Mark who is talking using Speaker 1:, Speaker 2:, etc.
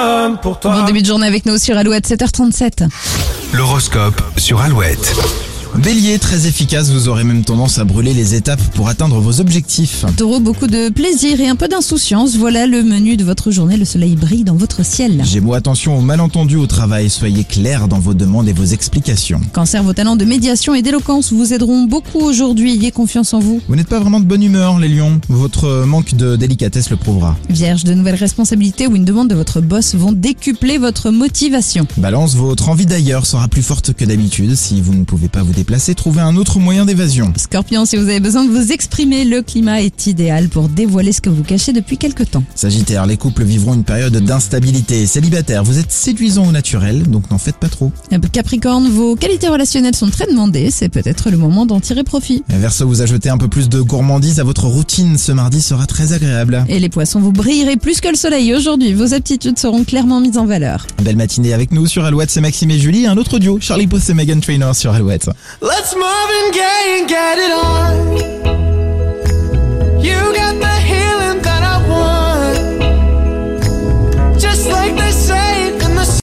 Speaker 1: semaine pour toi.
Speaker 2: Bon début de journée avec nous sur Alouette 7h37.
Speaker 3: L'horoscope sur Alouette.
Speaker 4: Bélier, très efficace, vous aurez même tendance à brûler les étapes pour atteindre vos objectifs.
Speaker 2: Taureau, beaucoup de plaisir et un peu d'insouciance. Voilà le menu de votre journée. Le soleil brille dans votre ciel.
Speaker 4: Gémeaux, attention aux malentendus au travail, soyez clair dans vos demandes et vos explications.
Speaker 2: Cancer, vos talents de médiation et d'éloquence vous aideront beaucoup aujourd'hui. Ayez confiance en vous.
Speaker 4: Vous n'êtes pas vraiment de bonne humeur, les lions. Votre manque de délicatesse le prouvera.
Speaker 2: Vierge, de nouvelles responsabilités ou une demande de votre boss vont décupler votre motivation.
Speaker 4: Balance, votre envie d'ailleurs sera plus forte que d'habitude. Si vous ne pouvez pas vous déplacer, trouvez un autre moyen d'évasion.
Speaker 2: Scorpion, si vous avez besoin de vous exprimer, le climat est idéal pour dévoiler ce que vous cachez depuis quelque temps.
Speaker 4: Sagittaire, les couples vivront une période d'instabilité. Célibataire, vous êtes séduisant au naturel, donc n'en faites pas trop.
Speaker 2: Capricorne, vos qualités relationnelles sont très demandées. C'est peut-être le moment d'en tirer profit.
Speaker 4: Verseau, vous ajoutez un peu plus de gourmandise à votre routine. Ce mardi sera très agréable.
Speaker 2: Et les poissons, vous brillerez plus que le soleil aujourd'hui. Vos aptitudes seront clairement mises en valeur.
Speaker 4: Belle matinée avec nous sur Alouette, c'est Maxime et Julie. Un autre duo, Charlie Post et Megan Trainor sur Alouette.
Speaker 1: Let's move and gay and get it on.